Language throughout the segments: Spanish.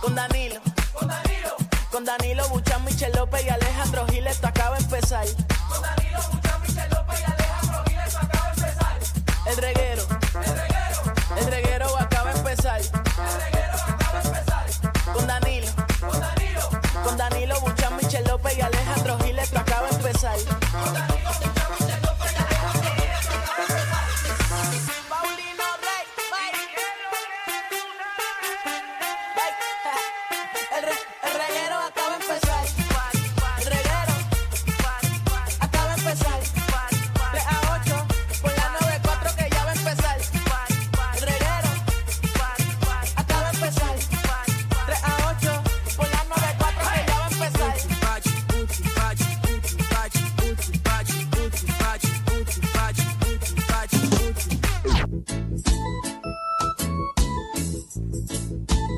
Con Danilo, con Danilo, con Danilo Buchan, Michel López y Alejandro Gil, esto acaba de empezar. Con Danilo Buchan, Michel López y Alejandro Gil, esto acaba de empezar. El reguero, el reguero, el reguero acaba de empezar. El reguero acaba de empezar. Con Danilo, con Danilo, con Danilo Buchan, Michel López y Alejandro Gil, esto acaba de empezar. Con Danilo Buchan, Michel López y Alejandro Gil, esto acaba de empezar. Paulino Rey, El, re- el reguero acaba de empezar. El reguero acaba de empezar. 3 a 8 por la 94 que ya va a empezar. El reguero acaba de empezar. 3 a 8 por la 94 que ya va a empezar.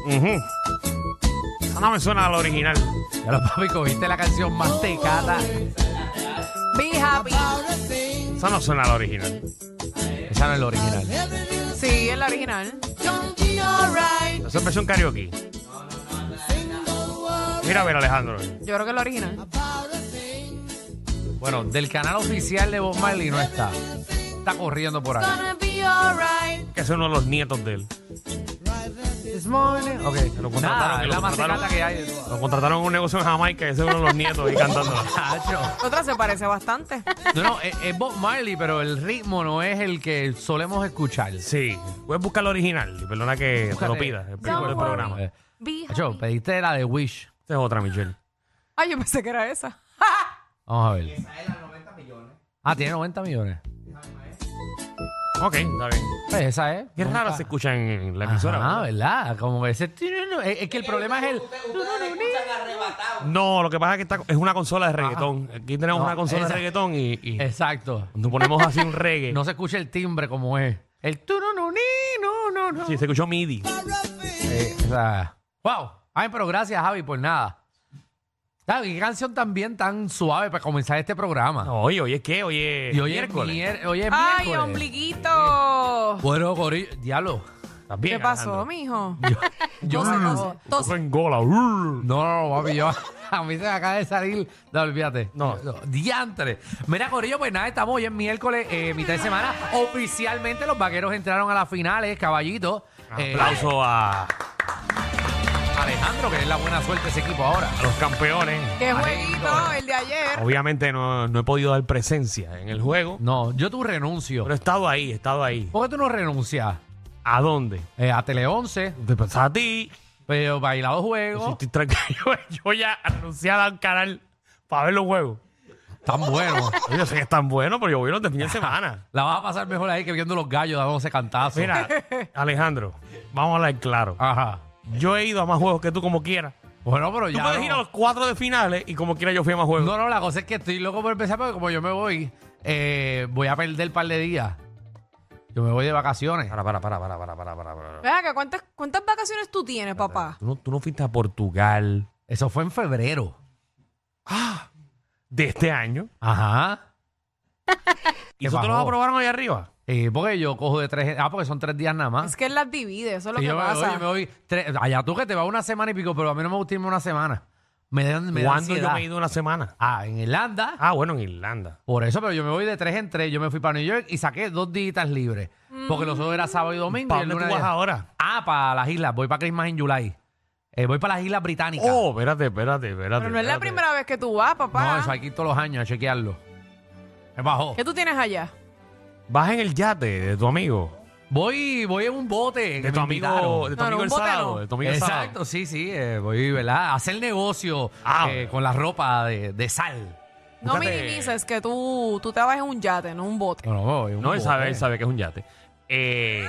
Eso Ah, No me suena al original. Ya lo papi, cogiste la canción más tecata. Be happy. Eso no suena al original. Esa no es la original. Sí, es la original. Eso es versión karaoke. Mira a ver, Alejandro. Yo creo que es la original. Bueno, del canal oficial de Bob Marley no está. Está corriendo por ahí. Que son uno de los nietos de él. This morning. Ok, Lo contrataron, Ah, Nada, que es lo la más contrataron. tecata que hay de todas. Lo contrataron en un negocio en Jamaica. Ese es uno de los nietos ahí cantando. Chacho. Otra se parece bastante. No, no, es, es Bob Marley, pero el ritmo no es el que solemos escuchar. Sí. Puedes buscar el original. y Perdona que te Búscate. lo pida. El Don't principio del worry. programa. Eh, Be Chacho, happy. pediste la de Wish. Esta es otra, Michelle. Ay, yo pensé que era esa. Vamos a ver. Esa es la 90 millones. Ah, tiene 90 millones. Ok, está bien. Pues esa es. Qué raro Nunca- se escucha en, en la Ah, emisora. ¿verdad? Como ese. Es es que el problema es el. No, lo que pasa es que esta es una consola de reggaetón. Aquí tenemos No, una consola de esa- reggaetón y, y Exacto. cuando ponemos así un reggae. No se escucha el timbre como es. El tu no no ni, no no no. Sí, se escuchó MIDI. Eh, o sea, wow. Ay, pero gracias, Javi, por nada. Javi, qué canción tan bien, tan suave para comenzar este programa. No, oye, oye, ¿qué? Oye, y hoy miércoles. es miércoles. Hoy es Ay, miércoles. ombliguito. Bueno, Corillo, diablo. ¿Estás bien, ¿Qué pasó, Alejandro? mijo? Yo Tose, no, tose, tose. en gola. Uh. urr. no, papi, yo a mí se me acaba de salir. No, olvídate. No. Diantre. Mira, Corillo, pues nada, estamos hoy en miércoles, eh, mitad de semana. Oficialmente los vaqueros entraron a las finales, caballito. Eh, Aplauso a, Alejandro, que es la buena suerte de ese equipo ahora. a los campeones. Qué jueguito el de ayer. Obviamente no, no he podido dar presencia en el juego, No, yo tú renuncio. pero he estado ahí, he estado ahí. ¿Por qué tú no renuncias? ¿A dónde? Eh, a Tele 11, Te pensaba a ti. pero bailado Yo, juegos estoy tranquilo. yo ya renuncié a dar canal para ver los juegos. tan buenos. Yo sé que es tan bueno, pero yo voy los de fin de semana. La vas a pasar mejor ahí que viendo los gallos dándose cantazos. Mira, Alejandro, vamos a hablar claro. Ajá. Yo he ido a más juegos que tú como quieras. Bueno, pero Tú ya. puedes no. ir a los cuatro de finales y como quiera yo fui a más juegos. No, no, la cosa es que estoy loco por empezar porque como yo me voy, eh, voy a perder un par de días. Yo me voy de vacaciones. Para, para, para, para, para, para, para, para. Vea que cuántas, cuántas vacaciones tú tienes, papá. Tú no, tú no fuiste a Portugal Ah. Eso fue en febrero. de este año. Ajá. ¿Y ¿Qué eso te lo bajó? aprobaron allá arriba? Eh, porque yo cojo de tres. Ah, porque son tres días nada más. Es que él las divide, eso es lo Y que yo me voy, pasa. yo me voy tres- allá tú que te vas una semana y pico, pero a mí no me gusta irme una semana. Me dan, me dan ¿Cuándo yo ansiedad. me he ido una semana? Ah, en Irlanda. Ah, bueno, en Irlanda. Por eso, pero yo me voy de tres en tres. Yo me fui para New York y saqué dos días libres. Porque los otros era sábado y domingo. Mm. ¿Para y el dónde tú lunes vas era- ahora? Ah, para las islas. Voy para Christmas en July. Eh, voy para las islas británicas. Oh, espérate, espérate, espérate. Pero no es la espérate. primera vez que tú vas, no, papá. eso hay que ir todos los años a chequearlo. Me bajó. ¿Qué tú tienes allá? Vas en el yate de tu amigo. Voy, voy en un bote. que De tu me amigo, invitaron. de tu No, amigo no, el un bote sábado. no. De tu amigo el sábado. Exacto, sí, sí. eh, voy, ¿verdad? A Hacer negocio Ah, eh, bueno. con la ropa de, de sal. No Búscate- minimices que tú, tú te vas en un yate, no un bote. No, no, voy en un No, él bote. sabe, él sabe que es un yate. Eh,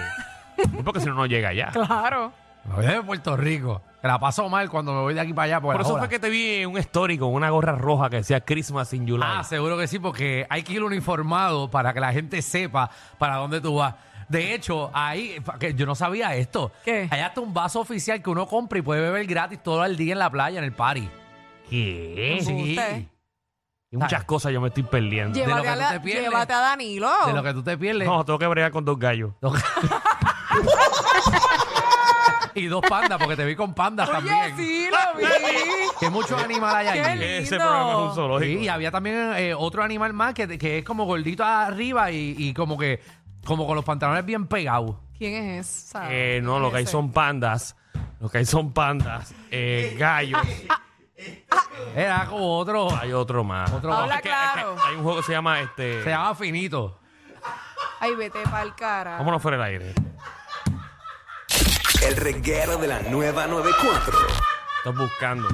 es porque si no, no llega allá. Claro. Me voy de Puerto Rico. Te la paso mal cuando me voy de aquí para allá. Por, Por eso fue que te vi en un story con una gorra roja que decía Christmas in July. Ah, seguro que sí, porque hay que ir uniformado para que la gente sepa para dónde tú vas. De hecho, ahí, pa- que yo no sabía esto. ¿Qué? Hay hasta un vaso oficial que uno compra y puede beber gratis todo el día en la playa, en el party. ¿Qué? Sí. Embuste. Y muchas cosas yo me estoy perdiendo. lo Llévate, que a, la- tú te pierdes. llévate a Danilo. De lo que tú te pierdes. No, tengo que bregar con dos gallos. Y dos pandas, porque te vi con pandas Oye, también. sí, lo vi. Que muchos animales hay Qué allí. lindo. Ese programa es un Sí, zoológico. y había también eh, otro animal más que, que es como gordito arriba y, y como que como con los pantalones bien pegados. ¿Quién es esa? Eh, no, lo que hay Ese. son pandas. Lo que hay son pandas, eh, gallos. Era como otro. Hay otro más. otro Habla Es que- es que claro. hay un juego que se llama este. Se llama finito. Ay, vete pa'l cara. Vámonos fuera del aire. El reguero de la nueva 94. Estás buscando.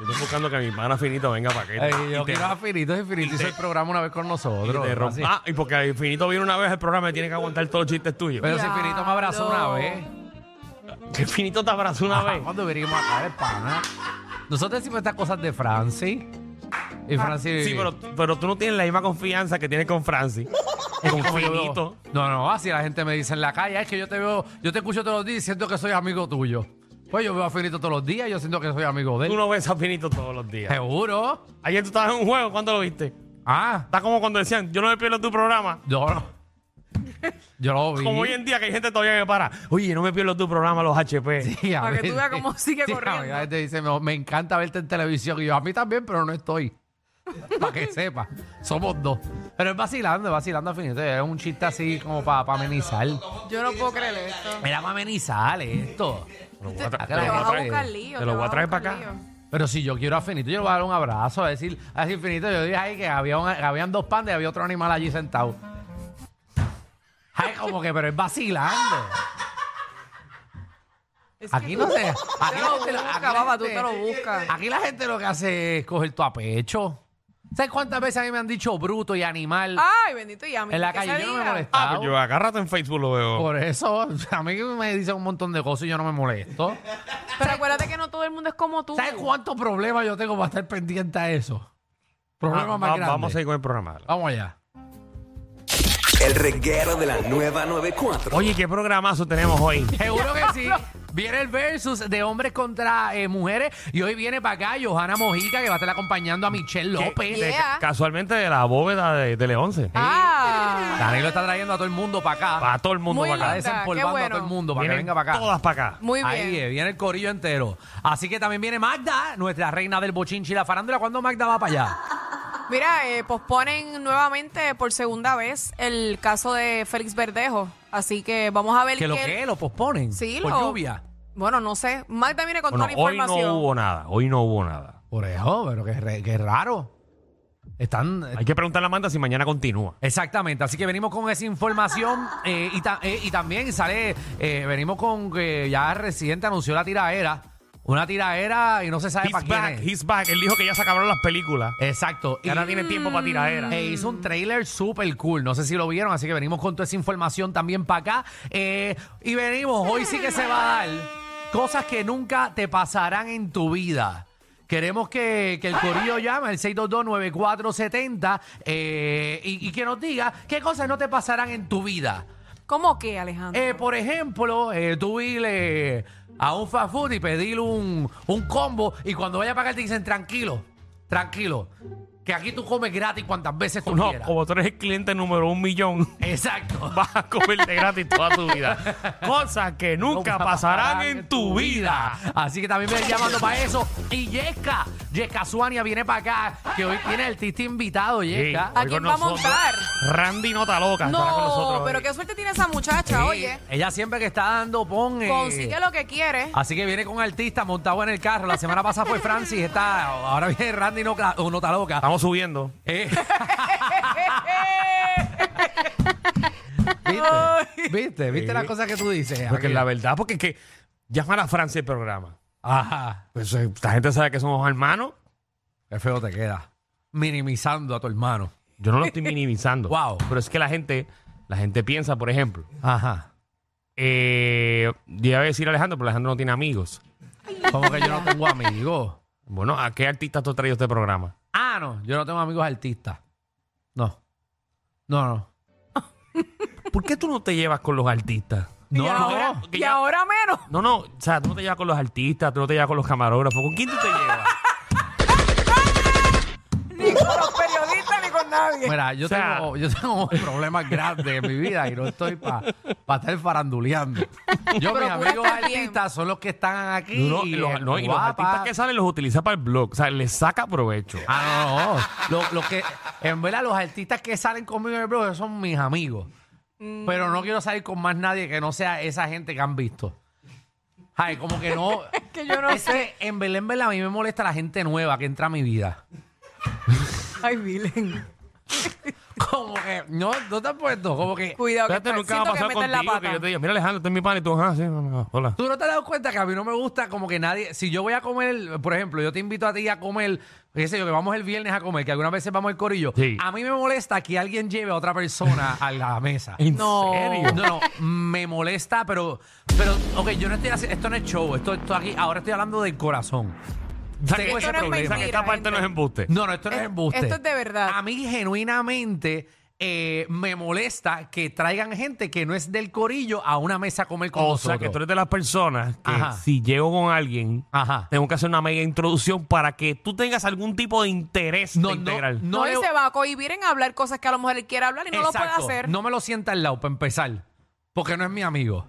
Estás buscando que mi pana finito venga para que Ay, yo quiero a Finito y Finito hizo el programa una vez con nosotros. Así. Ah, y porque Finito vino una vez al programa y tiene que aguantar todos los chistes tuyos. Pero si Finito me abrazó una Diablo. vez. Que Finito te abrazó una vez. Cuando venimos acá de pana. Nosotros decimos estas cosas de Franci. Y Franci. Ah, Sí, pero, pero tú no tienes la misma confianza que tienes con Francis. con como yo veo- Finito. No, no, así la gente me dice en la calle, es que yo te veo, yo te escucho todos los días y siento que soy amigo tuyo. Pues yo veo a Finito todos los días y yo siento que soy amigo de él. Tú no ves a Finito todos los días. Seguro. Ayer tú estabas en un juego, ¿cuándo lo viste? Ah, Está como cuando decían, yo no me pierdo tu programa. yo no. Yo lo vi. Como hoy en día que hay gente todavía que para. Oye, no me pierdo tu programa, los HP. Sí, a Para que veces- tú veas cómo sigue sí, a corriendo. veces La gente dice, me, me encanta verte en televisión. Y yo, a mí también, pero no estoy. Para que sepa, somos dos. Pero es vacilando, es vacilando al fin. Es un chiste así como para amenizar. Yo no puedo creer esto. Era para amenizar esto. Te, voy a tra- te lo voy a vas a traer. buscar lío. Te lo voy a traer buscar para acá. lío. Pero si yo quiero a Finito, yo le voy a dar un abrazo, a decir, a decir Finito, yo dije ahí que había un- habían dos pandas y había otro animal allí sentado. Ay, como que, pero es vacilando. Es que Aquí tú- no se. Aquí Te la lo gente, lo- busca, aquí la papá, tú gente- te lo buscas. aquí la gente lo que hace es coger tu a pecho. ¿Sabes cuántas veces a mí me han dicho bruto y animal Ay, bendito, Ah, y a mí. en la que calle? se Yo no me diga. Ah, molestaba. pues yo agárrate en Facebook lo veo. Por eso, a mí me dicen un montón de cosas y yo no me molesto. Pero acuérdate que no todo el mundo es como tú. ¿Sabes cuántos problemas yo tengo para estar pendiente a eso? Problemas Ah, más va- grandes. Vamos a ir con el programa. Vamos allá. El reguero de la nueva 94. Oye, ¿qué programazo tenemos hoy? Seguro que sí. Viene el versus de hombres contra eh, mujeres y hoy viene para acá Johanna Mojica que va a estar acompañando a Michelle López. De- Yeah. Casualmente de la bóveda de Tele 11. Ah, Danilo está trayendo a todo el mundo para acá. Para todo el mundo Muy para Está acá. lindo. Linda, qué desempolvando bueno. a todo el mundo para que Vienen venga para acá. Todas para acá. muy Ahí bien. es, viene el corillo entero. Así que también viene Magda, nuestra reina del bochinchi y la farándula. ¿Cuándo Magda va para allá? Mira, eh, posponen nuevamente por segunda vez el caso de Félix Verdejo. Así que vamos a ver ¿Que lo qué- que ¿Lo posponen? Sí, ¿Por lo- lluvia? Bueno, no sé. Magda viene con Bueno, toda la hoy no información. hubo nada. Hoy no hubo nada. Por eso, pero qué, re- qué raro. Están, eh, Hay que preguntarle a Amanda si mañana continúa. Exactamente, así que venimos con esa información eh, y, ta- eh, y también sale, eh, venimos con que ya reciente anunció la tiraera, una tiraera y no se sabe He's para back, quién es. he's back. Él dijo que ya se acabaron las películas. Exacto. Que Y, ahora tiene tiempo para tiraera. e hizo un trailer súper cool, no sé si lo vieron, así que venimos con toda esa información también para acá. Eh, y venimos, hoy sí que se va a dar cosas que nunca te pasarán en tu vida. Queremos que, que el corillo llame al 622-9470 eh, y, y que nos diga qué cosas no te pasarán en tu vida. ¿Cómo qué, Alejandro? Eh, por ejemplo, eh, tú irle a un fast food y pedirle un, un combo y cuando vaya a pagar te dicen tranquilo, tranquilo, que aquí tú comes gratis cuantas veces tú No, quieras. como tú eres el cliente número un millón, Exacto. vas a comerte gratis toda tu vida. Cosas que nunca pasarán en tu vida. Así que también me llamando para eso. Y Yesca, Yesca Suania viene para acá, que hoy tiene artista invitado, Yesca. ¿A hoy quién con va a montar? Randy Nota Loca estará con nosotros no, hoy. pero qué suerte tiene esa muchacha, Sí, oye. Ella siempre que está dando pon. eh, Consigue lo que quiere. Así que viene con artista montado en el carro. La semana pasada fue Francis, está, ahora viene Randy Noca- o Nota Loca. Estamos subiendo. Eh, Eh, ¿Viste? ¿Viste? ¿Viste las cosas que tú dices? Porque la verdad, porque es que llaman a Francia el programa. Ajá. Pues eh, la gente sabe que somos hermanos. Qué feo te queda. Minimizando a tu hermano. Yo no lo estoy minimizando. Wow. Pero es que la gente, la gente piensa, por ejemplo, Ajá. eh, yo iba a decir Alejandro, pero Alejandro no tiene amigos. Como que yo no tengo amigos. Bueno, ¿a qué artista tú has traído este programa? Ah, no, yo no tengo amigos artistas. No. No, no. ¿Por qué tú no te llevas con los artistas? No, y no, ahora, porque y ya- ahora menos. No, no, o sea, tú no te llevas con los artistas, tú no te llevas con los camarógrafos. ¿Con quién tú te llevas? Ni con los periodistas ni con nadie. Mira, yo, O sea- tengo, yo tengo problemas grandes en mi vida y no estoy para estar faranduleando. Yo, mis Procura amigos estar bien. artistas son los que están aquí. No, y los, en no, y los Guapa. artistas que salen los utiliza para el blog. O sea, les saca provecho. Ah, no, no. Lo, lo que, en verdad, los artistas que salen conmigo en el blog esos son mis amigos. Pero no quiero salir con más nadie que no sea esa gente que han visto. Ay, como que no. que yo no Es sé. que en Belén, Belén, a mí me molesta la gente nueva que entra a mi vida. Ay, Vilen. Como que, no, no te has puesto, como que... Cuidado, que Fíjate, está- nunca va a siento que pasar meten la contigo que pata. yo te diga, mira Alejandro, este es mi pan y tú, ah, sí, no, no, hola. Tú no te has dado cuenta que a mí no me gusta como que nadie... Si yo voy a comer, por ejemplo, yo te invito a ti a comer, qué sé yo, que vamos el viernes a comer, que algunas veces vamos al corillo. Sí. A mí me molesta que alguien lleve a otra persona a la mesa. ¿En No. serio? No, no, me molesta, pero, pero, ok, yo no estoy haciendo, esto no es show, esto, esto aquí, ahora estoy hablando del corazón. O sea, que Tengo ese ese problema. problema. O sea, que esta Mentira, parte no es gente. embuste. No, no, esto no es Es- embuste. esto es de verdad. A mí genuinamente eh, me molesta que traigan gente que no es del corillo a una mesa a comer con O sea, nosotros. que tú eres de las personas que Ajá. si llego con alguien, Ajá. tengo que hacer una media introducción para que tú tengas algún tipo de interés No, de no, integral. No, le- y se va a cohibir en hablar cosas que a lo mejor él quiere hablar y no lo Exacto. puede hacer. No me lo sienta al lado para empezar, porque no es mi amigo.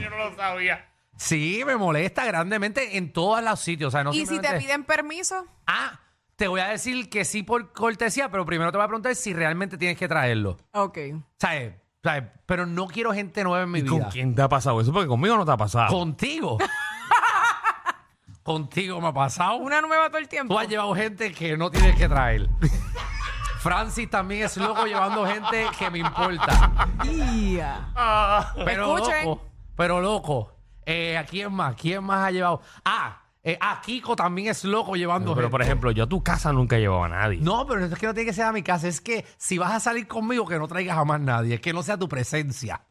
Yo no lo sabía. Sí, me molesta grandemente en todos los sitios. O sea, no y si te simplemente- piden permiso, Ah, te voy a decir que sí por cortesía, pero primero te voy a preguntar si realmente tienes que traerlo. eh, ok. ¿Sabes? ¿Sabes? Pero no quiero gente nueva en mi ¿Y vida. con quién te ha pasado eso? Porque conmigo no te ha pasado. Contigo. Contigo me ha pasado. Una nueva todo el Tú tiempo. has llevado gente que no tienes que traer. Francis también es loco llevando gente que me importa. Ya. Pero Escuchen. loco. Pero loco. Eh, ¿A quién más? ¿Quién más ha llevado? Ah, eh, ah, Kiko también es loco llevando Pero, gente. por ejemplo, yo a tu casa nunca llevaba a nadie. No, pero es que no tiene que ser a mi casa. Es que si vas a salir conmigo, que no traigas a más nadie. Que no sea tu presencia.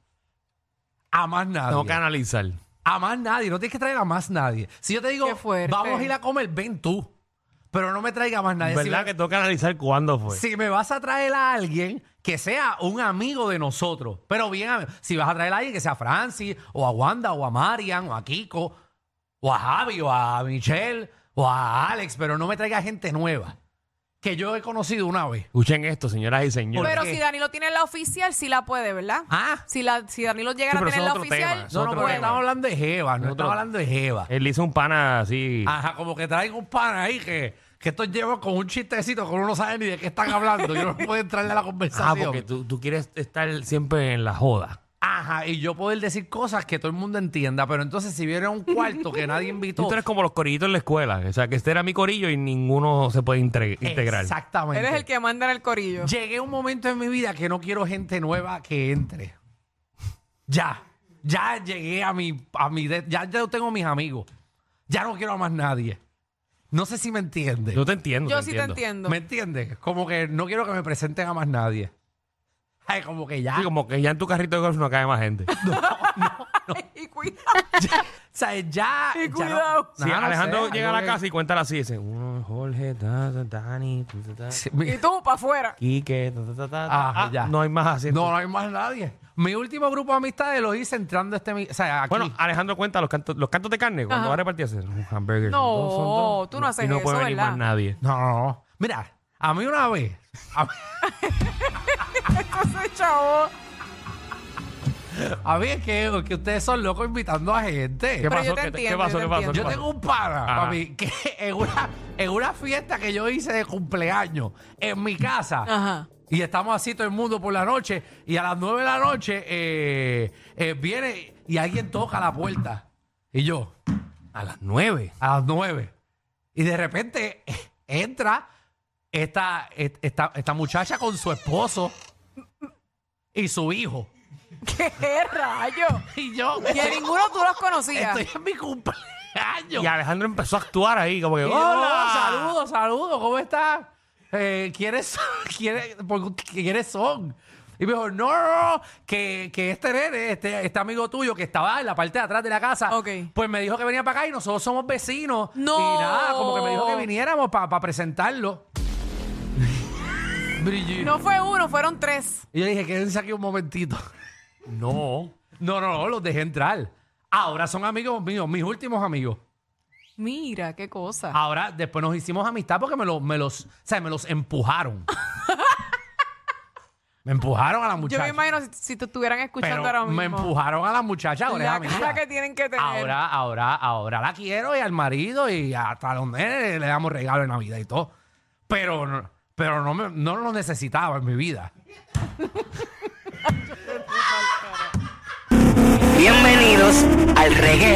A más nadie. Tengo que analizar. A más nadie, no tienes que traer a más nadie. Si yo te digo, Qué fuerte. vamos a ir a comer, ven tú. Pero no me traiga más nadie. Si ¿Verdad me, que tengo que analizar cuándo fue? si me vas a traer a alguien que sea un amigo de nosotros, pero bien, ami- si vas a traer a alguien que sea a Francis, o a Wanda, o a Marian, o a Kiko, o a Javi, o a Michelle, o a Alex, pero no me traiga gente nueva que yo he conocido una vez. Escuchen esto, señoras y señores. Pero qué? si Danilo tiene la oficial, sí la puede, ¿verdad? Ah. Si, la, si Danilo llega Sí, a pero tener eso es la otro tema, eso oficial, No, es no, otro porque tema. estamos hablando de Jeva, no Otro- estamos hablando de Jeva. Él hizo un pana así. Ajá, como que traigo un pan ahí que, que estos llevo con un chistecito que uno no sabe ni de qué están hablando. Yo no puedo entrarle a la Ah, conversación. porque tú, tú quieres estar siempre en la joda. Ajá, y yo poder decir cosas que todo el mundo entienda, pero entonces si viene a un cuarto que nadie invitó. Tú eres como los corillitos en la escuela. O sea, que este era mi corillo y ninguno se puede intre- integrar. Exactamente. eres el que manda en el corillo. Llegué a un momento en mi vida que no quiero gente nueva que entre. Ya. Ya llegué a mi. A mi de- ya yo tengo mis amigos. Ya no quiero a más nadie. No sé si me entiendes. Yo te entiendo. Yo sí te entiendo. ¿Me entiendes? Como que no quiero que me presenten a más nadie. Ay, como que ya. Sí, como que ya en tu carrito de golf no cae más gente. y cuida. O sea, ya. Y ya no- cuidado. Sí, Nada, Ah, no Alejandro sé, llega a algo la que- casa y cuenta así. Dice, "Uno, Jorge, ta, ta, Dani, ta, ta, ta, Sí, mi- Y tú, para afuera. Quique, ta, ta, ta, ta, ta". Ah, ya. No hay más así. no, no hay más nadie. Mi último grupo de amistades lo hice entrando a este. mi- O sea, aquí. Bueno, Alejandro cuenta los cantos, los cantos de carne cuando Ajá. va a repartir hace un hamburger. No, tú no haces y no eso, puede venir ¿verdad? más nadie. no, no, no. Mira, a mí una vez. A mí, Entonces, chavo. a mí es que, que ustedes son locos invitando a gente. ¿Qué Pero pasó? ¿Qué, yo te te- qué entiendo, pasó? yo ¿Qué te pasó? ¿Qué Yo entiendo. pasó? tengo un pana, Ajá. papi, que en una, en una fiesta que yo hice de cumpleaños en mi casa. Ajá. Y estamos así todo el mundo por la noche. Y a las nueve de la noche eh, eh, viene y alguien toca la puerta. Y yo, A las nueve. a las nueve. Y de repente entra esta, et- esta, esta muchacha con su esposo y su hijo. ¿Qué rayo? Y yo, Y a ninguno tú los conocías. estoy en mi cumpleaños. Y Alejandro empezó a actuar ahí, como que, Y yo, ¡Hola! Saludos, saludos, ¿cómo estás? Eh, ¿Quiénes son? ¿Quiénes, por- ¿Quiénes son? Y Y me dijo, no, no, no, que, que este nene, este, este amigo tuyo que estaba en la parte de atrás de la casa, Ok. pues me dijo que venía para acá y nosotros somos vecinos. No. Y nada, como que me dijo que viniéramos para presentarlo. Brigitte. No fue uno, fueron tres. Y yo dije, quédense aquí un momentito. No. No, no, no, los dejé entrar. Ahora son amigos míos, mis últimos amigos. Mira, qué cosa. Ahora, después nos hicimos amistad porque me, lo- me los, o sea, me los empujaron. me empujaron a la Yo muchacha. me imagino si, si te estuvieran escuchando pero ahora mismo. me empujaron a la muchacha, ahora es La amiga. cara que tienen que tener. Ahora, ahora, ahora la quiero y al marido y hasta los nenes le damos regalo de Navidad y todo. Pero, no- pero no, me- no lo necesitaba en mi vida. Bienvenidos al reguero.